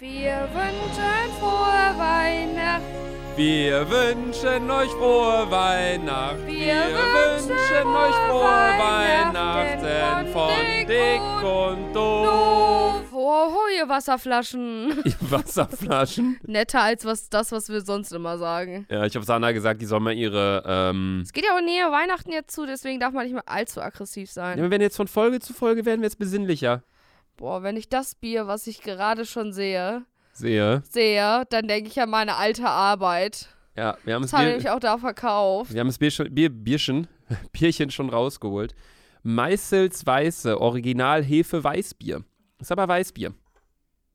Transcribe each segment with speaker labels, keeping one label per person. Speaker 1: Wir wünschen frohe Weihnachten.
Speaker 2: Wir wünschen euch frohe Weihnachten.
Speaker 1: Wir wünschen euch frohe Weihnachten
Speaker 2: von
Speaker 1: von
Speaker 2: Dick
Speaker 1: Dick
Speaker 2: und
Speaker 1: Doof.
Speaker 2: Doof.
Speaker 1: Ho, ho, ihr Wasserflaschen.
Speaker 2: Ihr Wasserflaschen.
Speaker 1: Netter als was, das, was wir sonst immer sagen.
Speaker 2: Ja, ich habe Sana gesagt, die soll mal ihre. Ähm,
Speaker 1: Es geht ja auch näher Weihnachten jetzt zu, deswegen darf man nicht mehr allzu aggressiv sein.
Speaker 2: ja, wir werden jetzt von Folge zu Folge werden wir jetzt besinnlicher.
Speaker 1: Boah, wenn ich das Bier, was ich gerade schon sehe,
Speaker 2: Sehe.
Speaker 1: sehe, dann denke ich an meine alte Arbeit.
Speaker 2: Ja, wir haben
Speaker 1: Das
Speaker 2: es
Speaker 1: habe ich nämlich auch da verkauft.
Speaker 2: Wir haben das Bier schon, Bier, Bierchen, Bierchen schon rausgeholt. Meißels Weiße, Original Hefe Weißbier. Ist aber Weißbier.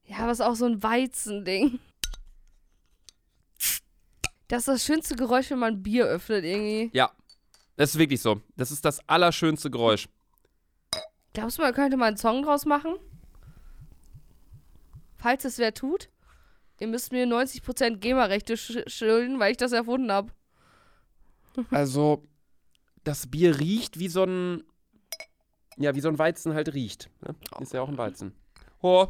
Speaker 1: Ja, aber ist auch so ein Weizending. Das ist das schönste Geräusch, wenn man ein Bier öffnet, irgendwie.
Speaker 2: Ja, das ist wirklich so. Das ist das allerschönste Geräusch.
Speaker 1: Glaubst du, man könnte mal einen Song draus machen? Falls es wer tut, ihr müsst mir 90% GEMA-Rechte sch schulden, weil ich das erfunden habe.
Speaker 2: Also, das Bier riecht wie so ein. Ja, wie so ein Weizen halt riecht. Ne? Ist ja auch ein Weizen. Oh.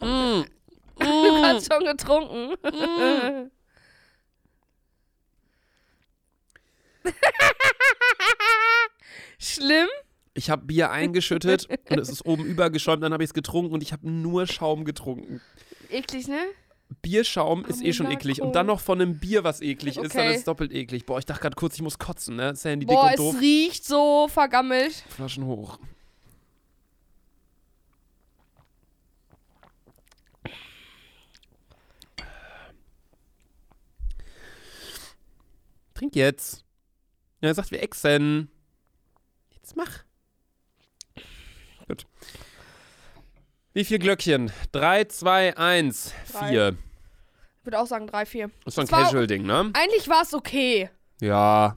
Speaker 2: Mm. Mm.
Speaker 1: Du hast schon getrunken. Schlimm?
Speaker 2: Ich habe Bier eingeschüttet und es ist oben übergeschäumt, dann habe ich es getrunken und ich habe nur Schaum getrunken.
Speaker 1: Eklig, ne?
Speaker 2: Bierschaum ist eh schon
Speaker 1: Amonaco.
Speaker 2: eklig und dann noch von einem Bier, was eklig ist, dann
Speaker 1: oh. Okay.
Speaker 2: ist es doppelt eklig. Boah, ich dachte gerade kurz, ich muss kotzen, ne? Sandy dick
Speaker 1: Boah,
Speaker 2: und
Speaker 1: es
Speaker 2: doof.
Speaker 1: riecht so vergammelt.
Speaker 2: Flaschen hoch. Trink jetzt. Ja, er sagt, wir exen. Jetzt mach. Gut. Wie viel Glöckchen? 3, 2, 1,
Speaker 1: Drei.
Speaker 2: 4.
Speaker 1: Ich würde auch sagen 3, 4.
Speaker 2: Ist so ein
Speaker 1: Es war-
Speaker 2: Casual-Ding, ne?
Speaker 1: Eigentlich war es okay.
Speaker 2: Ja.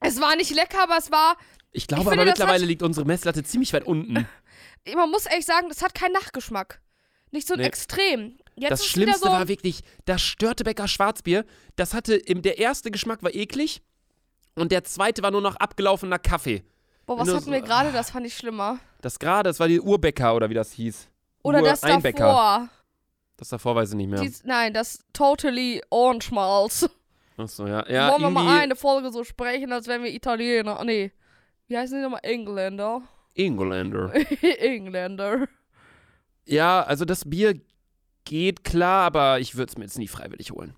Speaker 1: Es war nicht lecker, aber es war.
Speaker 2: Ich glaube
Speaker 1: Ich
Speaker 2: aber
Speaker 1: finde, das
Speaker 2: mittlerweile liegt unsere Messlatte ziemlich weit unten.
Speaker 1: Man muss ehrlich sagen, es hat keinen Nachgeschmack. Nicht so ein
Speaker 2: Nee.
Speaker 1: Extrem. Jetzt
Speaker 2: das
Speaker 1: ist
Speaker 2: Schlimmste
Speaker 1: wieder so,
Speaker 2: war wirklich das Störtebäcker Schwarzbier. Das hatte im, der erste Geschmack war eklig und der zweite war nur noch abgelaufener Kaffee.
Speaker 1: Boah, was
Speaker 2: nur
Speaker 1: hatten
Speaker 2: so-
Speaker 1: wir gerade? Das fand ich schlimmer.
Speaker 2: Das gerade, das war die Urbäcker oder wie das hieß.
Speaker 1: Oder
Speaker 2: Ur-
Speaker 1: das
Speaker 2: Einbäcker.
Speaker 1: davor.
Speaker 2: Das davor weiß ich nicht mehr.
Speaker 1: Dies, nein, das Totally Orange Malz.
Speaker 2: Achso, ja. ja
Speaker 1: Wollen wir mal
Speaker 2: irgendwie-
Speaker 1: eine Folge so sprechen, als wären wir Italiener. Ah, Nee. Wie heißen die nochmal? Engländer.
Speaker 2: Engländer.
Speaker 1: Engländer.
Speaker 2: Ja, also das Bier geht klar, aber ich würde es mir jetzt nie freiwillig holen.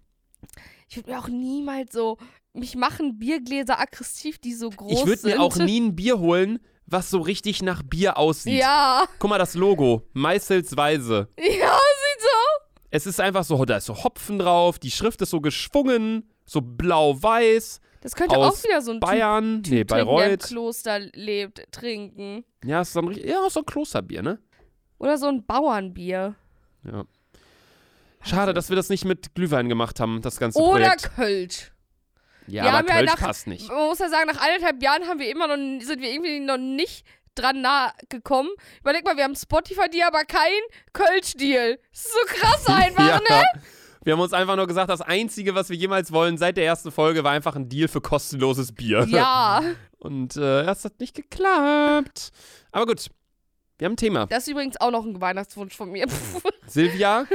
Speaker 1: Ich würde mir auch niemals so. Mich machen Biergläser aggressiv, die so groß
Speaker 2: ich würde
Speaker 1: sind.
Speaker 2: mir auch nie ein Bier holen, was so richtig nach Bier aussieht.
Speaker 1: Ja.
Speaker 2: Guck mal, das Logo. Meißels Weise.
Speaker 1: Ja, sieht so.
Speaker 2: Es ist einfach so, da ist so Hopfen drauf, die Schrift ist so geschwungen, so blau-weiß,
Speaker 1: Das könnte
Speaker 2: Aus
Speaker 1: auch wieder so ein Typ
Speaker 2: Bayern, nee,
Speaker 1: trinken, der im
Speaker 2: Bayreuth.
Speaker 1: Kloster lebt, trinken.
Speaker 2: Ja, ist so ein, richt- ja, ist so ein Klosterbier, ne?
Speaker 1: Oder so ein Bauernbier.
Speaker 2: Ja. Schade, dass wir das nicht mit Glühwein gemacht haben, das ganze
Speaker 1: Oder
Speaker 2: Projekt.
Speaker 1: Kölsch. wir
Speaker 2: Ja, aber
Speaker 1: haben ja
Speaker 2: Kölsch
Speaker 1: nach-
Speaker 2: passt nicht.
Speaker 1: Man muss ja sagen, nach eineinhalb Jahren haben wir immer noch, sind wir irgendwie noch nicht dran nahe gekommen. Überleg mal, wir haben Spotify-Deal, aber kein Kölsch-Deal. Das ist so krass einfach,
Speaker 2: ja.
Speaker 1: ne?
Speaker 2: Wir haben uns einfach nur gesagt, das Einzige, was wir jemals wollen seit der ersten Folge, war einfach ein Deal für kostenloses Bier.
Speaker 1: Ja.
Speaker 2: Und äh, das hat nicht geklappt. Aber gut, wir haben ein Thema.
Speaker 1: Das ist übrigens auch noch ein Weihnachtswunsch von mir. Pff.
Speaker 2: Silvia,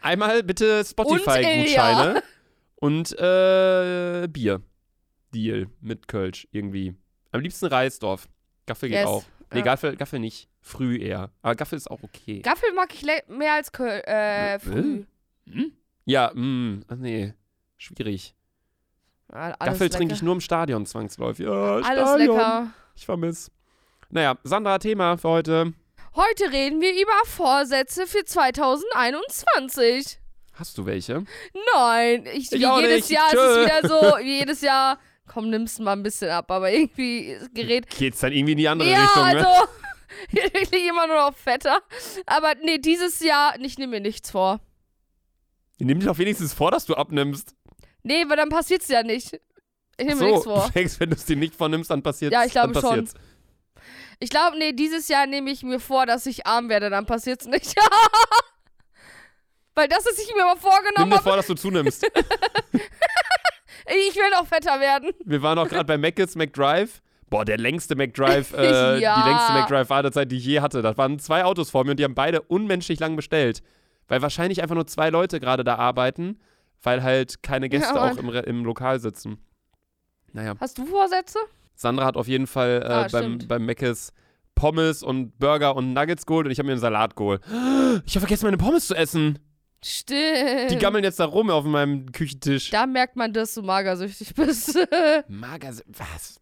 Speaker 2: einmal bitte Spotify-Gutscheine und äh, Bier. Deal mit Kölsch irgendwie. Am liebsten Reisdorf. Gaffel geht
Speaker 1: Yes.
Speaker 2: auch. Nee,
Speaker 1: Ja.
Speaker 2: Gaffel, Gaffel nicht. Früh eher. Aber Gaffel ist auch okay.
Speaker 1: Gaffel mag ich le- mehr als Kölsch. Äh,
Speaker 2: Äh,
Speaker 1: früh.
Speaker 2: Hm? Ja, mh, ach nee. Schwierig.
Speaker 1: Ja, Ah, alles
Speaker 2: Gaffel
Speaker 1: lecker.
Speaker 2: trinke ich nur im Stadion zwangsläufig. Ja,
Speaker 1: Alles
Speaker 2: Stadion.
Speaker 1: lecker.
Speaker 2: Ich vermiss. Naja, Sandra, Thema für heute.
Speaker 1: Heute reden wir über Vorsätze für 2021.
Speaker 2: Hast du welche?
Speaker 1: Nein, ich, wie
Speaker 2: auch
Speaker 1: jedes
Speaker 2: nicht.
Speaker 1: Jahr ist
Speaker 2: Tschö.
Speaker 1: es wieder so, wie jedes Jahr, komm, nimmst mal ein bisschen ab, aber irgendwie gerät.
Speaker 2: Geht's dann irgendwie in die andere
Speaker 1: ja,
Speaker 2: Richtung, ne?
Speaker 1: also, ich liege immer nur auf fetter. Aber nee, dieses Jahr, ich nehme mir nichts vor.
Speaker 2: Nimm dir doch wenigstens vor, dass du abnimmst.
Speaker 1: Nee, weil dann passiert's ja nicht. Ich nehme mir
Speaker 2: so,
Speaker 1: nichts vor.
Speaker 2: du denkst, wenn du es dir nicht vornimmst, dann passiert
Speaker 1: Ja, ich glaube
Speaker 2: dann passiert's.
Speaker 1: Ich glaube, nee, dieses Jahr nehme ich mir vor, dass ich arm werde, dann passiert's nicht. weil das, was ich mir mal
Speaker 2: Nimm
Speaker 1: vorgenommen
Speaker 2: dir
Speaker 1: habe,
Speaker 2: vor, dass du zunimmst.
Speaker 1: ich will noch fetter werden.
Speaker 2: Wir waren auch gerade bei Mc's McDrive. Boah, der längste McDrive, äh,
Speaker 1: Ja.
Speaker 2: die längste McDrive-Wartezeit, die ich je hatte. Das waren zwei Autos vor mir und die haben beide unmenschlich lang bestellt. Weil wahrscheinlich einfach nur zwei Leute gerade da arbeiten, weil halt keine Gäste
Speaker 1: Mann.
Speaker 2: auch im, Re- im Lokal sitzen. Naja.
Speaker 1: Hast du Vorsätze?
Speaker 2: Sandra hat auf jeden Fall äh,
Speaker 1: Ah,
Speaker 2: beim,
Speaker 1: stimmt.
Speaker 2: beim Meckes Pommes und Burger und Nuggets geholt und ich habe mir einen Salat geholt. Ich habe vergessen, meine Pommes zu essen.
Speaker 1: Stimmt.
Speaker 2: Die gammeln jetzt da rum auf meinem Küchentisch.
Speaker 1: da merkt man, dass du magersüchtig bist.
Speaker 2: Mager, was?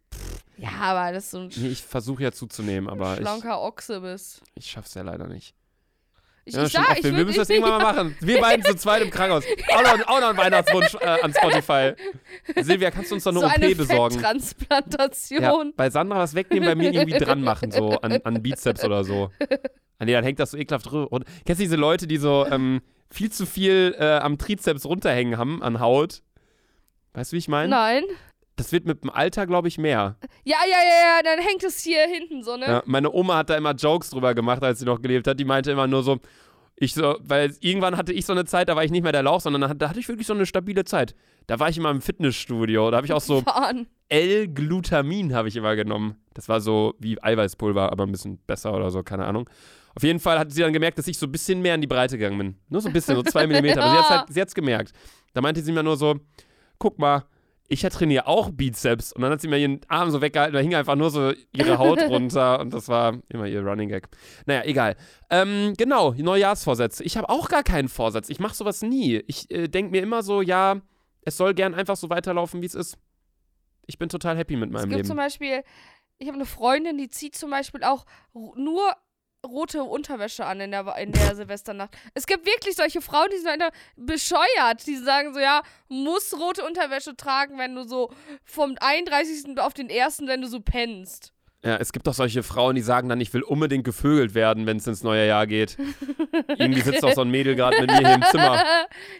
Speaker 1: ja, aber dass du ein
Speaker 2: Nee, ich versuche ja zuzunehmen, aber ich,
Speaker 1: schlanker Ochse bist.
Speaker 2: ich schaff's ja leider nicht.
Speaker 1: Ich,
Speaker 2: Ja,
Speaker 1: ich
Speaker 2: schon
Speaker 1: sag,
Speaker 2: auf
Speaker 1: ich
Speaker 2: den-
Speaker 1: will
Speaker 2: wir müssen das irgendwann mal machen. Wir beiden zu zweit im Krankenhaus. Auch noch, auch noch ein Weihnachtswunsch äh, an Spotify. Silvia, kannst du uns doch eine
Speaker 1: so
Speaker 2: OP
Speaker 1: eine
Speaker 2: besorgen? Ja,
Speaker 1: Fetttransplantation.
Speaker 2: bei Sandra was wegnehmen, bei mir irgendwie dran machen, so an, an Bizeps oder so. Ah nee, dann hängt das so ekelhaft drüber. Und kennst du diese Leute, die so ähm, viel zu viel äh, am Trizeps runterhängen haben, an Haut? Weißt du, wie ich meine?
Speaker 1: Nein.
Speaker 2: Das wird mit dem Alter, glaube ich, mehr.
Speaker 1: Ja, ja, ja, ja, dann hängt es hier hinten so, ne?
Speaker 2: Ja, meine Oma hat da immer Jokes drüber gemacht, als sie noch gelebt hat. Die meinte immer nur so, ich so, weil irgendwann hatte ich so eine Zeit, da war ich nicht mehr der Lauch, sondern da hat- da hatte ich wirklich so eine stabile Zeit. Da war ich immer im Fitnessstudio, da habe ich auch so
Speaker 1: Fahren.
Speaker 2: L-Glutamin habe ich immer genommen. Das war so wie Eiweißpulver, aber ein bisschen besser oder so, keine Ahnung. Auf jeden Fall hat sie dann gemerkt, dass ich so ein bisschen mehr in die Breite gegangen bin. Nur so ein bisschen, so zwei Millimeter. Aber sie hat halt, sie hat's gemerkt. Da meinte sie mir nur so, guck mal, ich ja trainiere auch Bizeps. Und dann hat sie mir ihren Arm so weggehalten, da hing einfach nur so ihre Haut runter. Und das war immer ihr Running Gag. Naja, egal. Ähm, genau, Neujahrsvorsätze. Ich habe auch gar keinen Vorsatz. Ich mache sowas nie. Ich äh, denke mir immer so, ja, es soll gern einfach so weiterlaufen, wie es ist. Ich bin total happy mit
Speaker 1: Es
Speaker 2: meinem
Speaker 1: gibt zum
Speaker 2: Leben.
Speaker 1: Beispiel, ich habe eine Freundin, die zieht zum Beispiel auch ru- nur rote Unterwäsche an in der, in der Silvesternacht. Es gibt wirklich solche Frauen, die sind einfach bescheuert. Die sagen so, ja, muss rote Unterwäsche tragen, wenn du so vom 31. auf den 1., wenn du so pennst.
Speaker 2: Ja, es gibt doch solche Frauen, die sagen dann, ich will unbedingt gevögelt werden, wenn es ins neue Jahr geht. Irgendwie sitzt doch so ein Mädel gerade mit mir hier im Zimmer.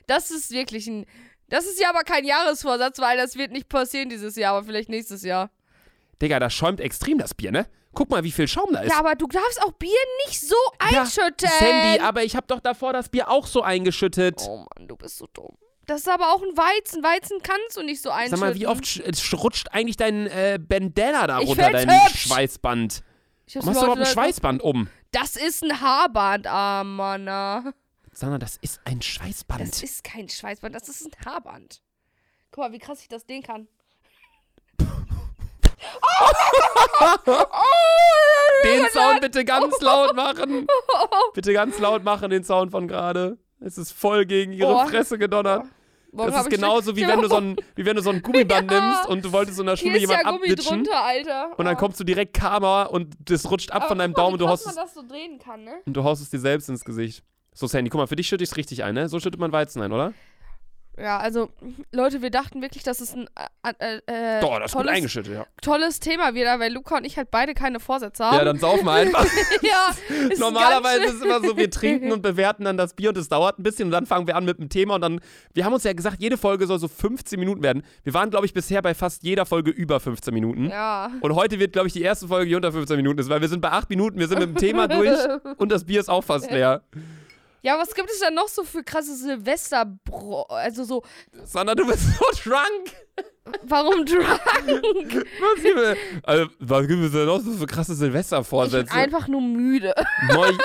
Speaker 1: Das ist wirklich ein... Das ist ja aber kein Jahresvorsatz, weil das wird nicht passieren dieses Jahr, aber vielleicht nächstes Jahr.
Speaker 2: Digga, das schäumt extrem das Bier, ne? Guck mal, wie viel Schaum da ist.
Speaker 1: ja, aber du darfst auch Bier nicht so
Speaker 2: Ja,
Speaker 1: einschütten.
Speaker 2: Sandy, aber ich habe doch davor das Bier auch so eingeschüttet.
Speaker 1: Oh Mann, du bist so dumm. Das ist aber auch ein Weizen. Weizen kannst du nicht so einschütten.
Speaker 2: Sag mal, wie oft sch es rutscht eigentlich dein äh, Bandana da
Speaker 1: Ich
Speaker 2: runter,
Speaker 1: find's
Speaker 2: dein
Speaker 1: hübsch.
Speaker 2: Schweißband?
Speaker 1: Ich hab's
Speaker 2: Warum hast du
Speaker 1: mir
Speaker 2: überhaupt ein
Speaker 1: heute-
Speaker 2: Schweißband um?
Speaker 1: Das ist ein Haarband, armer Mann.
Speaker 2: Sandra, das ist ein Schweißband.
Speaker 1: Das ist kein Schweißband, das ist ein Haarband. Guck mal, wie krass ich das Ding kann. Oh,
Speaker 2: den Sound bitte ganz laut machen.
Speaker 1: Oh.
Speaker 2: Bitte ganz laut machen, den Sound von gerade. Es ist voll gegen ihre
Speaker 1: Oh.
Speaker 2: Fresse gedonnert.
Speaker 1: Morgen
Speaker 2: das
Speaker 1: hab
Speaker 2: ist
Speaker 1: ich-
Speaker 2: genauso, wie wenn, du so ein, wie wenn du so ein Gummiband
Speaker 1: Ja.
Speaker 2: nimmst und du wolltest in der
Speaker 1: Hier
Speaker 2: Schule
Speaker 1: ist ja
Speaker 2: jemanden
Speaker 1: Gummi
Speaker 2: abwitschen.
Speaker 1: drunter, Alter. Oh.
Speaker 2: Und dann kommst du direkt Karma und das rutscht ab
Speaker 1: Aber
Speaker 2: von deinem
Speaker 1: guck mal,
Speaker 2: Daumen und
Speaker 1: wie
Speaker 2: du
Speaker 1: krass
Speaker 2: haust,
Speaker 1: man
Speaker 2: es,
Speaker 1: das so drehen kann, ne?
Speaker 2: und du haust es dir selbst ins Gesicht. So, Sandy, guck mal, für dich schütte ich es richtig ein, ne? So schüttet man Weizen ein, oder?
Speaker 1: Ja, also, Leute, wir dachten wirklich, dass es ein äh, äh, äh,
Speaker 2: Doch, das ist gut
Speaker 1: tolles,
Speaker 2: eingeschüttet, ja.
Speaker 1: tolles Thema wieder, weil Luca und ich halt beide keine Vorsätze haben.
Speaker 2: Ja, dann saufen wir einfach.
Speaker 1: ja, ist
Speaker 2: Normalerweise
Speaker 1: ganz
Speaker 2: ist es immer so, wir trinken und bewerten dann das Bier und es dauert ein bisschen und dann fangen wir an mit dem Thema und dann, wir haben uns ja gesagt, jede Folge soll so 15 Minuten werden. Wir waren, glaube ich, bisher bei fast jeder Folge über 15 Minuten.
Speaker 1: schön. Ja.
Speaker 2: Und heute wird, glaube ich, die erste Folge, die unter 15 Minuten ist, weil wir sind bei 8 Minuten, wir sind mit dem Thema durch und das Bier ist auch fast leer.
Speaker 1: Ja, was gibt es denn noch so für krasse Silvesterbro? Also so,
Speaker 2: Sandra, du bist so drunk.
Speaker 1: warum drunk?
Speaker 2: Was gibt es also, was gibt es denn noch so für krasse
Speaker 1: Ich bin
Speaker 2: Silvestervorsätze?
Speaker 1: einfach nur müde.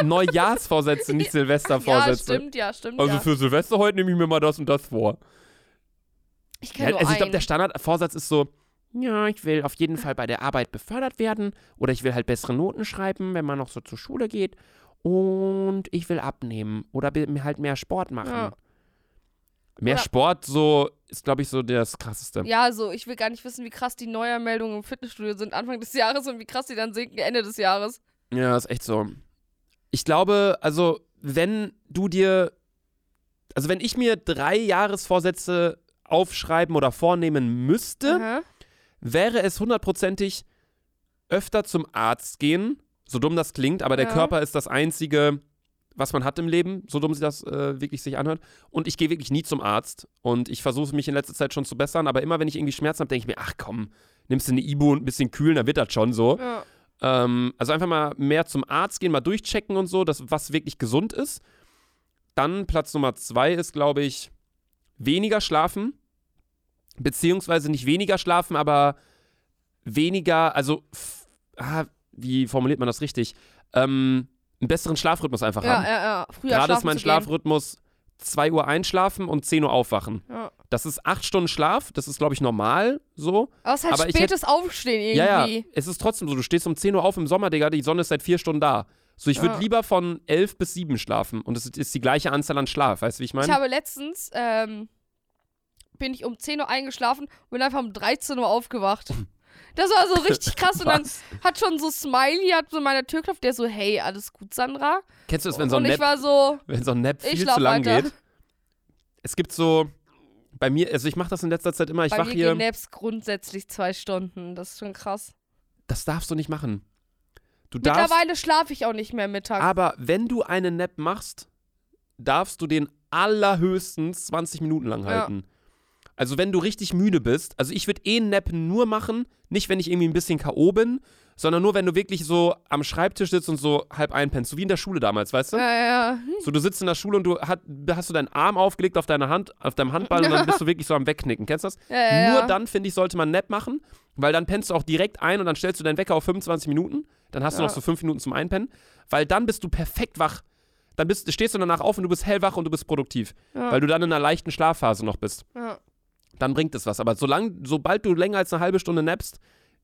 Speaker 2: Neu Neujahrsvorsätze, nicht
Speaker 1: Ja,
Speaker 2: Silvestervorsätze.
Speaker 1: stimmt, ja, stimmt.
Speaker 2: also
Speaker 1: ja.
Speaker 2: für Silvester heute nehme ich mir mal das und das vor.
Speaker 1: Ich
Speaker 2: Ja,
Speaker 1: kenne nur
Speaker 2: also ich glaube,
Speaker 1: einen.
Speaker 2: der Standardvorsatz ist so, ja, ich will auf jeden Fall bei der Arbeit befördert werden oder ich will halt bessere Noten schreiben, wenn man noch so zur Schule geht und ich will abnehmen oder be- mir halt mehr Sport machen.
Speaker 1: Ja.
Speaker 2: Mehr
Speaker 1: Oder-
Speaker 2: Sport so ist, glaube ich, so das Krasseste.
Speaker 1: ja, so, ich will gar nicht wissen, wie krass die Neuermeldungen im Fitnessstudio sind Anfang des Jahres und wie krass die dann sinken Ende des Jahres.
Speaker 2: Ja, ist echt so. Ich glaube, also, wenn du dir, also wenn ich mir drei Jahresvorsätze aufschreiben oder vornehmen müsste,
Speaker 1: Aha.
Speaker 2: wäre es hundertprozentig öfter zum Arzt gehen. So dumm das klingt, aber der
Speaker 1: Ja.
Speaker 2: Körper ist das Einzige, was man hat im Leben. So dumm sie das äh, wirklich sich anhört. Und ich gehe wirklich nie zum Arzt. Und ich versuche mich in letzter Zeit schon zu bessern. Aber immer, wenn ich irgendwie Schmerzen habe, denke ich mir, ach komm, nimmst du eine Ibu und ein bisschen kühlen, dann wird das schon so.
Speaker 1: Ja.
Speaker 2: Ähm, also einfach mal mehr zum Arzt gehen, mal durchchecken und so, dass, was wirklich gesund ist. Dann Platz Nummer zwei ist, glaube ich, weniger schlafen. Beziehungsweise nicht weniger schlafen, aber weniger, also, f- ah, wie formuliert man das richtig? Ähm, einen besseren Schlafrhythmus einfach
Speaker 1: Ja,
Speaker 2: haben.
Speaker 1: ja, ja. Früher
Speaker 2: Gerade ist
Speaker 1: schlafen
Speaker 2: mein
Speaker 1: zu gehen.
Speaker 2: Schlafrhythmus 2 Uhr einschlafen und 10 Uhr aufwachen.
Speaker 1: Ja.
Speaker 2: Das ist 8 Stunden Schlaf, das ist, glaube ich, normal so.
Speaker 1: Aber es ist halt
Speaker 2: Aber ich hätt-
Speaker 1: spätes Aufstehen irgendwie.
Speaker 2: Ja, ja, es ist trotzdem so, du stehst um 10 Uhr auf im Sommer, Digga, die Sonne ist seit 4 Stunden da. So, ich würde
Speaker 1: Ja.
Speaker 2: lieber von 11 bis 7 schlafen und es ist die gleiche Anzahl an Schlaf, weißt du, wie ich
Speaker 1: Ich
Speaker 2: meine?
Speaker 1: habe letztens, ähm, bin ich um 10 Uhr eingeschlafen und bin einfach um 13 Uhr aufgewacht. Das war so richtig krass. und dann
Speaker 2: Was?
Speaker 1: hat schon so Smiley, hat so an meiner Tür geklopft, der so, hey, alles gut, Sandra?
Speaker 2: Kennst du das, wenn so ein
Speaker 1: und ich
Speaker 2: Nap
Speaker 1: war so,
Speaker 2: wenn so ein Nap
Speaker 1: Ich
Speaker 2: viel
Speaker 1: schlaf
Speaker 2: zu lang
Speaker 1: weiter.
Speaker 2: geht. Es gibt so bei mir, also ich mache das in letzter Zeit immer, ich
Speaker 1: bei
Speaker 2: wach
Speaker 1: mir gehen
Speaker 2: hier,
Speaker 1: Naps grundsätzlich zwei Stunden. Das ist schon krass.
Speaker 2: das darfst du nicht machen. Du darfst,
Speaker 1: Mittlerweile schlafe ich auch nicht mehr mittags.
Speaker 2: aber wenn du einen Nap machst, darfst du den allerhöchstens 20 Minuten lang
Speaker 1: Ja.
Speaker 2: halten. Also wenn du richtig müde bist, also ich würde eh einen Nap nur machen, nicht wenn ich irgendwie ein bisschen K.O. bin, sondern nur wenn du wirklich so am Schreibtisch sitzt und so halb einpennst, so wie in der Schule damals, weißt du?
Speaker 1: ja, ja.
Speaker 2: So, du sitzt in der Schule und du hat, hast du deinen Arm aufgelegt auf deine Hand, auf deinem Handball und dann bist du wirklich so am Wegknicken. Kennst du das?
Speaker 1: Ja, Äh, ja,
Speaker 2: Nur
Speaker 1: ja.
Speaker 2: dann, finde ich, sollte man Nap machen, weil dann pennst du auch direkt ein und dann stellst du deinen Wecker auf 25 Minuten. Dann hast du
Speaker 1: Ja.
Speaker 2: noch so fünf Minuten zum Einpennen, weil dann bist du perfekt wach. Dann bist, stehst du danach auf und du bist hellwach und du bist produktiv,
Speaker 1: Ja.
Speaker 2: weil du dann in einer leichten Schlafphase noch bist.
Speaker 1: Ja.
Speaker 2: Dann bringt es was. Aber solange, sobald du länger als eine halbe Stunde nappst,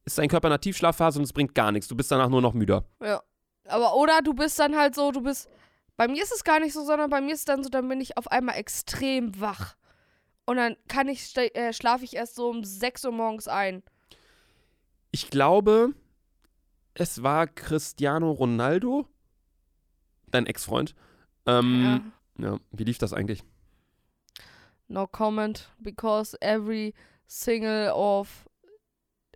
Speaker 2: ist dein Körper in einer Tiefschlafphase und es bringt gar nichts. Du bist danach nur noch müder.
Speaker 1: Ja. Aber oder du bist dann halt so, du bist. Bei mir ist es gar nicht so, sondern bei mir ist dann so, dann bin ich auf einmal extrem wach. Und dann kann ich, ste- äh, schlafe ich erst so um 6 Uhr morgens ein.
Speaker 2: Ich glaube, es war Cristiano Ronaldo, dein Ex-Freund. Ähm, ja. wie lief das eigentlich?
Speaker 1: No comment, because every single of.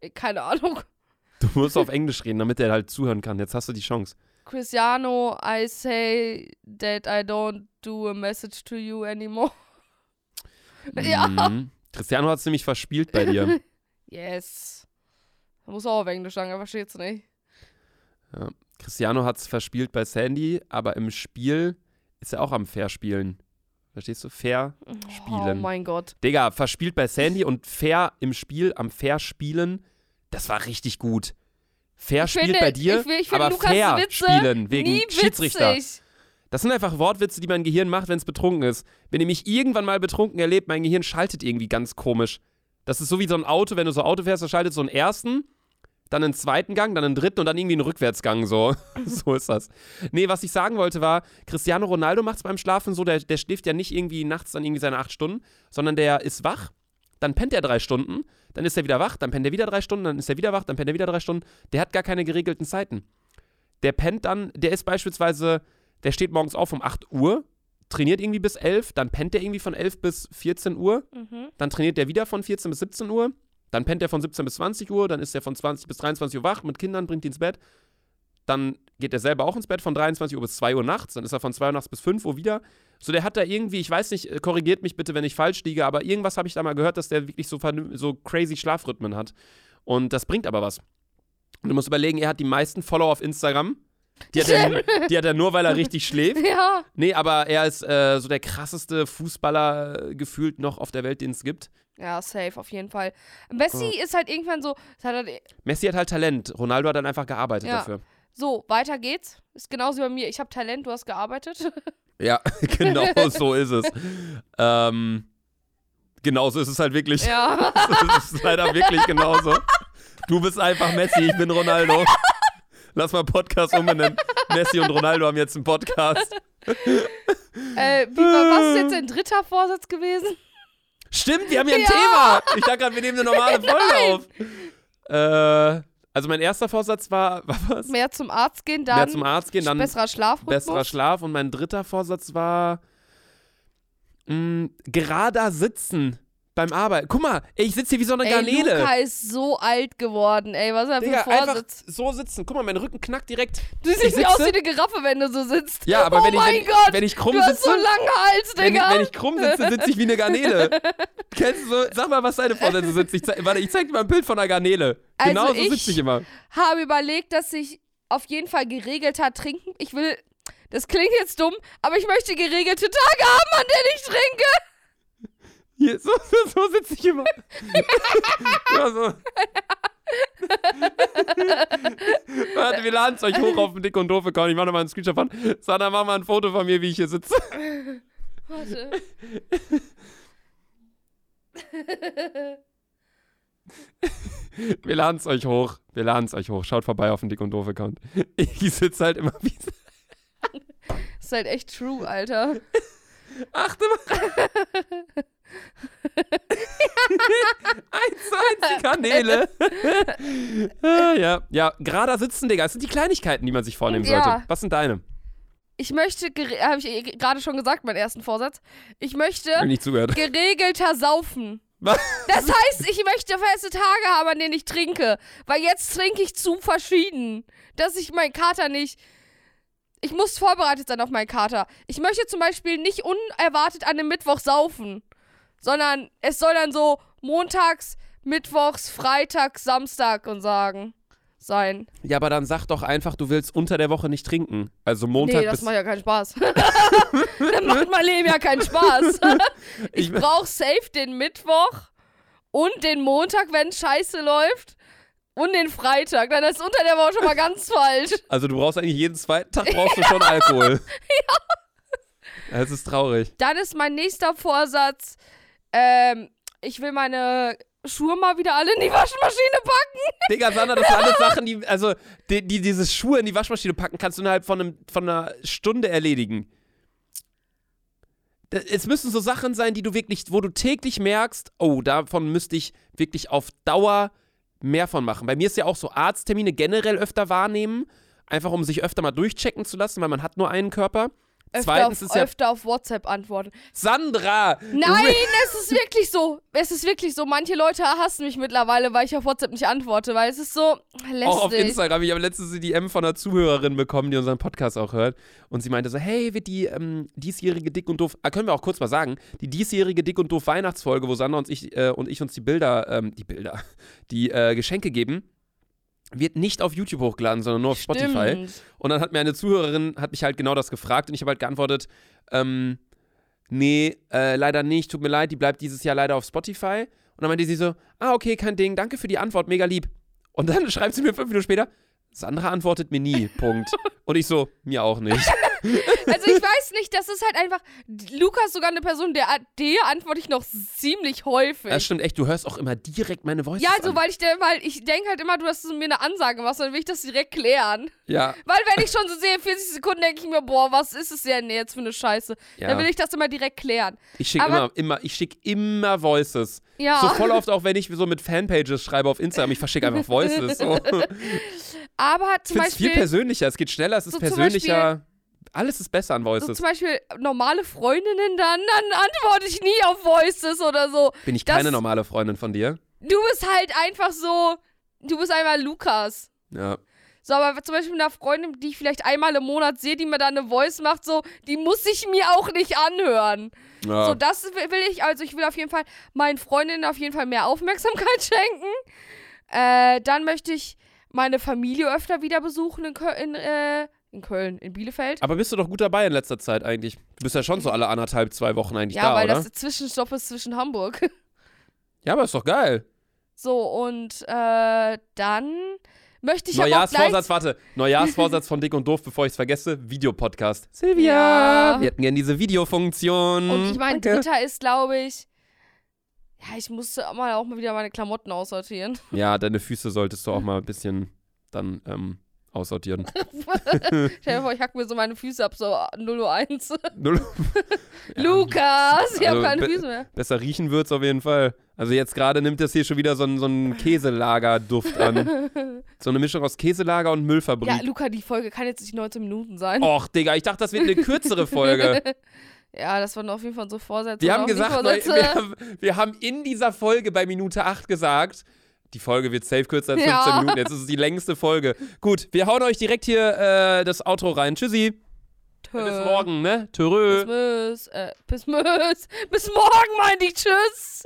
Speaker 1: äh, Keine Ahnung.
Speaker 2: Du musst auf Englisch reden, damit er halt zuhören kann. Jetzt hast du die Chance.
Speaker 1: Cristiano, I say that I don't do a message to you anymore. Ja.
Speaker 2: Mhm. Cristiano hat es nämlich verspielt bei dir.
Speaker 1: Yes. Muss auch auf Englisch sagen, er versteht's nicht.
Speaker 2: Cristiano hat es verspielt bei Sandy, aber im Spiel ist er auch am Fair-Spielen. Verstehst du? Fair.
Speaker 1: Oh
Speaker 2: Spielen.
Speaker 1: mein Gott.
Speaker 2: Digga, verspielt bei Sandy und fair im Spiel, am Fair-Spielen, das war richtig gut. Fair
Speaker 1: Ich
Speaker 2: spielt
Speaker 1: finde-
Speaker 2: bei dir,
Speaker 1: ich will- ich finde
Speaker 2: aber
Speaker 1: Lukas
Speaker 2: fair
Speaker 1: Witze
Speaker 2: spielen wegen
Speaker 1: Nie
Speaker 2: Schiedsrichter.
Speaker 1: witzig.
Speaker 2: Das sind einfach Wortwitze, die mein Gehirn macht, wenn es betrunken ist. Wenn ihr mich irgendwann mal betrunken erlebt, mein Gehirn schaltet irgendwie ganz komisch. Das ist so wie so ein Auto, wenn du so Auto fährst, das schaltet so einen ersten, dann einen zweiten Gang, dann einen dritten und dann irgendwie einen Rückwärtsgang. So, so ist das. Nee, was ich sagen wollte war, Cristiano Ronaldo macht es beim Schlafen so, der, der schläft ja nicht irgendwie nachts dann irgendwie seine acht Stunden, sondern der ist wach, dann pennt er drei Stunden, dann ist er wieder wach, dann pennt er wieder drei Stunden, dann ist er wieder wach, dann pennt er wieder drei Stunden. Der hat gar keine geregelten Zeiten. Der pennt dann, der ist beispielsweise, der steht morgens auf um 8 Uhr, trainiert irgendwie bis 11, dann pennt der irgendwie von 11 bis 14 Uhr,
Speaker 1: Mhm.
Speaker 2: dann trainiert der wieder von 14 bis 17 Uhr, dann pennt er von 17 bis 20 Uhr, dann ist er von 20 bis 23 Uhr wach mit Kindern, bringt die ins Bett, dann geht er selber auch ins Bett von 23 Uhr bis 2 Uhr nachts, dann ist er von 2 Uhr nachts bis 5 Uhr wieder. So, der hat da irgendwie, ich weiß nicht, äh, korrigiert mich bitte, wenn ich falsch liege, aber irgendwas habe ich da mal gehört, dass der wirklich so, vernün- so crazy Schlafrhythmen hat. Und das bringt aber was. Und du musst überlegen, er hat die meisten Follower auf Instagram. Die hat er, die hat er nur, weil er richtig schläft.
Speaker 1: Ja.
Speaker 2: Nee, aber er ist äh, so der krasseste Fußballer äh, gefühlt noch auf der Welt, den es gibt.
Speaker 1: Ja, safe, auf jeden Fall. Messi ist halt irgendwann so, es hat halt,
Speaker 2: Messi hat halt Talent. Ronaldo hat dann einfach gearbeitet
Speaker 1: Ja.
Speaker 2: dafür.
Speaker 1: so, weiter geht's. Ist genauso wie bei mir. Ich habe Talent, du hast gearbeitet.
Speaker 2: Ja, genau so ist es. ähm, genauso ist es halt wirklich.
Speaker 1: ja.
Speaker 2: es ist leider wirklich genauso. Du bist einfach Messi, ich bin Ronaldo. Lass mal Podcast umbenennen. Messi und Ronaldo haben jetzt einen Podcast.
Speaker 1: äh, wie war, was ist jetzt dein dritter Vorsatz gewesen?
Speaker 2: Stimmt, wir haben ja ein
Speaker 1: Ja.
Speaker 2: Thema. Ich dachte gerade, wir nehmen eine normale Folge auf. Äh, also mein erster Vorsatz war, war was?
Speaker 1: Mehr zum Arzt gehen, dann,
Speaker 2: Mehr zum Arzt gehen, dann
Speaker 1: besserer Schlafrhythmus.
Speaker 2: besserer Schlaf. Und mein dritter Vorsatz war mh, gerader sitzen beim Arbeiten. Guck mal, ey, ich sitze hier wie so eine
Speaker 1: Ey,
Speaker 2: Garnele.
Speaker 1: Luca ist so alt geworden, ey. Was ist das für
Speaker 2: Digga,
Speaker 1: ein
Speaker 2: einfach
Speaker 1: Vorsitz?
Speaker 2: so sitzen. Guck mal, mein Rücken knackt direkt.
Speaker 1: Du siehst
Speaker 2: ich
Speaker 1: ja aus wie
Speaker 2: sitze-
Speaker 1: eine Giraffe, wenn du so sitzt.
Speaker 2: Ja, aber
Speaker 1: oh
Speaker 2: wenn, ich,
Speaker 1: mein
Speaker 2: wenn,
Speaker 1: Gott,
Speaker 2: wenn ich krumm
Speaker 1: du hast so
Speaker 2: sitze,
Speaker 1: lange Hals,
Speaker 2: wenn, ich,
Speaker 1: Digga.
Speaker 2: wenn ich krumm sitze, sitze ich wie eine Garnele. Kennst du so? Sag mal, was deine Vorsätze sind. Ich zeig, warte, ich zeig dir mal ein Bild von einer Garnele.
Speaker 1: Also
Speaker 2: Genau so
Speaker 1: ich-
Speaker 2: sitze ich immer.
Speaker 1: habe überlegt, dass ich auf jeden Fall geregelter trinken. Ich will. Das klingt jetzt dumm, aber ich möchte geregelte Tage haben, an denen ich trinke.
Speaker 2: Hier, so so, so sitze ich immer. ja, so. Warte, wir laden es euch hoch auf den Dick und Doof Account. Ich mache nochmal einen Screenshot von. Sana, mach mal ein Foto von mir, wie ich hier sitze.
Speaker 1: Warte.
Speaker 2: Wir laden es euch hoch. Wir laden es euch hoch. Schaut vorbei auf den Dick und Doof Account. Ich sitze halt immer wie.
Speaker 1: ist halt echt true, Alter.
Speaker 2: Achte mal. eins zu eins die Kanäle. ah, ja, ja, gerader sitzen, Digga. Das sind die Kleinigkeiten, die man sich vornehmen sollte.
Speaker 1: Ja.
Speaker 2: Was sind deine?
Speaker 1: Ich möchte, habe ich eh gerade schon gesagt, meinen ersten Vorsatz. Ich möchte
Speaker 2: Ich hab nicht zugehört.
Speaker 1: geregelter saufen.
Speaker 2: Was?
Speaker 1: Das heißt, ich möchte feste Tage haben, an denen ich trinke. Weil jetzt trinke ich zu verschieden. Dass ich meinen Kater nicht. Ich muss vorbereitet sein auf meinen Kater. Ich möchte zum Beispiel nicht unerwartet an einem Mittwoch saufen. Sondern es soll dann so montags, mittwochs, freitags, Samstag und sagen sein.
Speaker 2: Ja, aber dann sag doch einfach, du willst unter der Woche nicht trinken. Also Montag
Speaker 1: nee, das
Speaker 2: bis.
Speaker 1: macht ja keinen Spaß. Dann macht mein Leben ja keinen Spaß.
Speaker 2: ich,
Speaker 1: Ich brauch safe den Mittwoch und den Montag, wenn scheiße läuft. Und den Freitag. Dann ist unter der Woche schon mal ganz falsch.
Speaker 2: also du brauchst eigentlich jeden zweiten Tag brauchst du schon Alkohol. ja. Es ist traurig.
Speaker 1: Dann ist mein nächster Vorsatz, ähm, ich will meine Schuhe mal wieder alle in die Waschmaschine packen.
Speaker 2: Digga, Sander, das sind alles Sachen, die, also, die, die diese Schuhe in die Waschmaschine packen, kannst du innerhalb von, einem, von einer Stunde erledigen. Da- Es müssen so Sachen sein, die du wirklich, wo du täglich merkst, oh, davon müsste ich wirklich auf Dauer mehr von machen. Bei mir ist ja auch so Arzttermine generell öfter wahrnehmen, einfach um sich öfter mal durchchecken zu lassen, weil man hat nur einen Körper.
Speaker 1: Öfter
Speaker 2: Zweitens
Speaker 1: auf,
Speaker 2: ist ja
Speaker 1: öfter auf WhatsApp antworten.
Speaker 2: Sandra.
Speaker 1: Nein, es ist wirklich so. Es ist wirklich so. Manche Leute hassen mich mittlerweile, weil ich auf WhatsApp nicht antworte, weil es ist so lästig.
Speaker 2: Auch auf Instagram. Ich habe letztens die DM von einer Zuhörerin bekommen, die unseren Podcast auch hört. Und sie meinte so: Hey, wird die ähm, diesjährige Dick und Doof, ah, können wir auch kurz mal sagen, die diesjährige Dick und Doof Weihnachtsfolge, wo Sandra und ich, äh, und ich uns die Bilder, ähm, die Bilder, die äh, Geschenke geben, wird nicht auf YouTube hochgeladen, sondern nur auf Spotify.
Speaker 1: Stimmt.
Speaker 2: Und dann hat mir eine Zuhörerin, hat mich halt genau das gefragt und ich habe halt geantwortet, ähm, nee, äh, leider nicht, tut mir leid, die bleibt dieses Jahr leider auf Spotify. Und dann meinte sie so, ah, okay, kein Ding, danke für die Antwort, mega lieb. Und dann schreibt sie mir fünf Minuten später, Sandra antwortet mir nie, Punkt. Und ich so, mir auch nicht.
Speaker 1: Also ich weiß nicht, das ist halt einfach. Lukas ist sogar eine Person, der der antworte ich noch ziemlich häufig.
Speaker 2: Das stimmt echt, du hörst auch immer direkt meine Voice.
Speaker 1: ja, also weil ich der, weil ich denke halt immer, du hast mir eine Ansage gemacht, dann will ich das direkt klären.
Speaker 2: Ja,
Speaker 1: Weil wenn ich schon so sehe, 40 Sekunden, denke ich mir, boah, was ist es denn jetzt für eine Scheiße? Dann
Speaker 2: ja.
Speaker 1: will ich das immer direkt klären.
Speaker 2: Ich schicke immer,
Speaker 1: aber-
Speaker 2: immer, ich schicke immer Voices.
Speaker 1: Ja.
Speaker 2: So voll oft auch, wenn ich so mit Fanpages schreibe auf Instagram, ich verschicke einfach Voices. So.
Speaker 1: Aber zum
Speaker 2: Ich finde es viel
Speaker 1: Beispiel,
Speaker 2: persönlicher, es geht schneller, es ist
Speaker 1: So zum
Speaker 2: persönlicher. Alles ist besser an
Speaker 1: so
Speaker 2: Voices.
Speaker 1: zum Beispiel normale Freundinnen, dann, dann antworte ich nie auf Voices oder so.
Speaker 2: Bin ich
Speaker 1: das-
Speaker 2: keine normale Freundin von dir?
Speaker 1: Du bist halt einfach so, du bist einmal Lukas.
Speaker 2: Ja.
Speaker 1: So, aber zum Beispiel mit einer Freundin, die ich vielleicht einmal im Monat sehe, die mir da eine Voice macht, so, die muss ich mir auch nicht anhören.
Speaker 2: ja.
Speaker 1: So, das will will ich, also ich will auf jeden Fall meinen Freundinnen auf jeden Fall mehr Aufmerksamkeit schenken. Äh, dann möchte ich meine Familie öfter wieder besuchen in Köln, in, äh, in Köln, in Bielefeld.
Speaker 2: Aber bist du doch gut dabei in letzter Zeit eigentlich. Du bist ja schon so alle anderthalb, zwei Wochen eigentlich
Speaker 1: ja,
Speaker 2: da,
Speaker 1: weil
Speaker 2: oder?
Speaker 1: das der Zwischenstopp ist zwischen Hamburg.
Speaker 2: ja, aber ist doch geil.
Speaker 1: So, und äh, dann möchte ich aber auch gleich...
Speaker 2: Neujahrsvorsatz, warte. Neujahrsvorsatz von Dick und Doof, bevor ich es vergesse. Videopodcast. Silvia!
Speaker 1: Ja.
Speaker 2: Wir hätten gerne diese Videofunktion.
Speaker 1: Und ich meine,
Speaker 2: Mhm, Danke.
Speaker 1: dritter ist, glaube ich. Ja, ich musste auch mal, auch mal wieder meine Klamotten aussortieren.
Speaker 2: Ja, deine Füße solltest du auch mal ein bisschen dann ähm, aussortieren.
Speaker 1: Stell dir vor, ich hack mir so meine Füße ab, so 001.
Speaker 2: Null-
Speaker 1: Lukas, ich
Speaker 2: Also,
Speaker 1: habe keine
Speaker 2: be-
Speaker 1: Füße mehr.
Speaker 2: Besser riechen wird's auf jeden Fall. Also jetzt gerade nimmt das hier schon wieder so einen, so einen Käselagerduft an. So eine Mischung aus Käselager und Müllfabrik.
Speaker 1: Ja, Luca, die Folge kann jetzt nicht 19 Minuten sein.
Speaker 2: Och, Digga, ich dachte, das wird eine kürzere Oh, Folge.
Speaker 1: Ja, das waren auf jeden Fall so Vorsätze.
Speaker 2: Wir
Speaker 1: oder
Speaker 2: haben
Speaker 1: auch nicht
Speaker 2: gesagt, neu-
Speaker 1: Vorsätze.
Speaker 2: wir haben, wir haben in dieser Folge bei Minute 8 gesagt, die Folge wird safe kürzer als 15
Speaker 1: Ja.
Speaker 2: Minuten. Jetzt ist es die längste Folge. Gut, wir hauen euch direkt hier äh, das Outro rein. Tschüssi.
Speaker 1: Tö.
Speaker 2: Bis morgen, ne? Törö.
Speaker 1: Bis, müs, äh, bis, müs. bis morgen, meinte ich. Tschüss.